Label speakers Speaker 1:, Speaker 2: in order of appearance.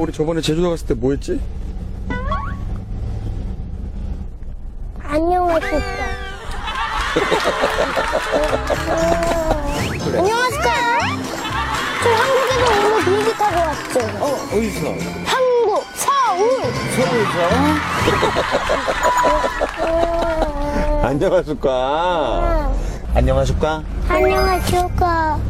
Speaker 1: 우리 저번에 제주도 갔을 때 뭐 했지?
Speaker 2: 안녕하십니까. 안녕하십니까. 저 한국에서 오늘 비행기 타고 왔죠. 어,
Speaker 3: 어디서?
Speaker 2: 한국, 서울.
Speaker 3: 서울에서? 안녕하실까? 안녕하실까?
Speaker 2: 안녕하십니까.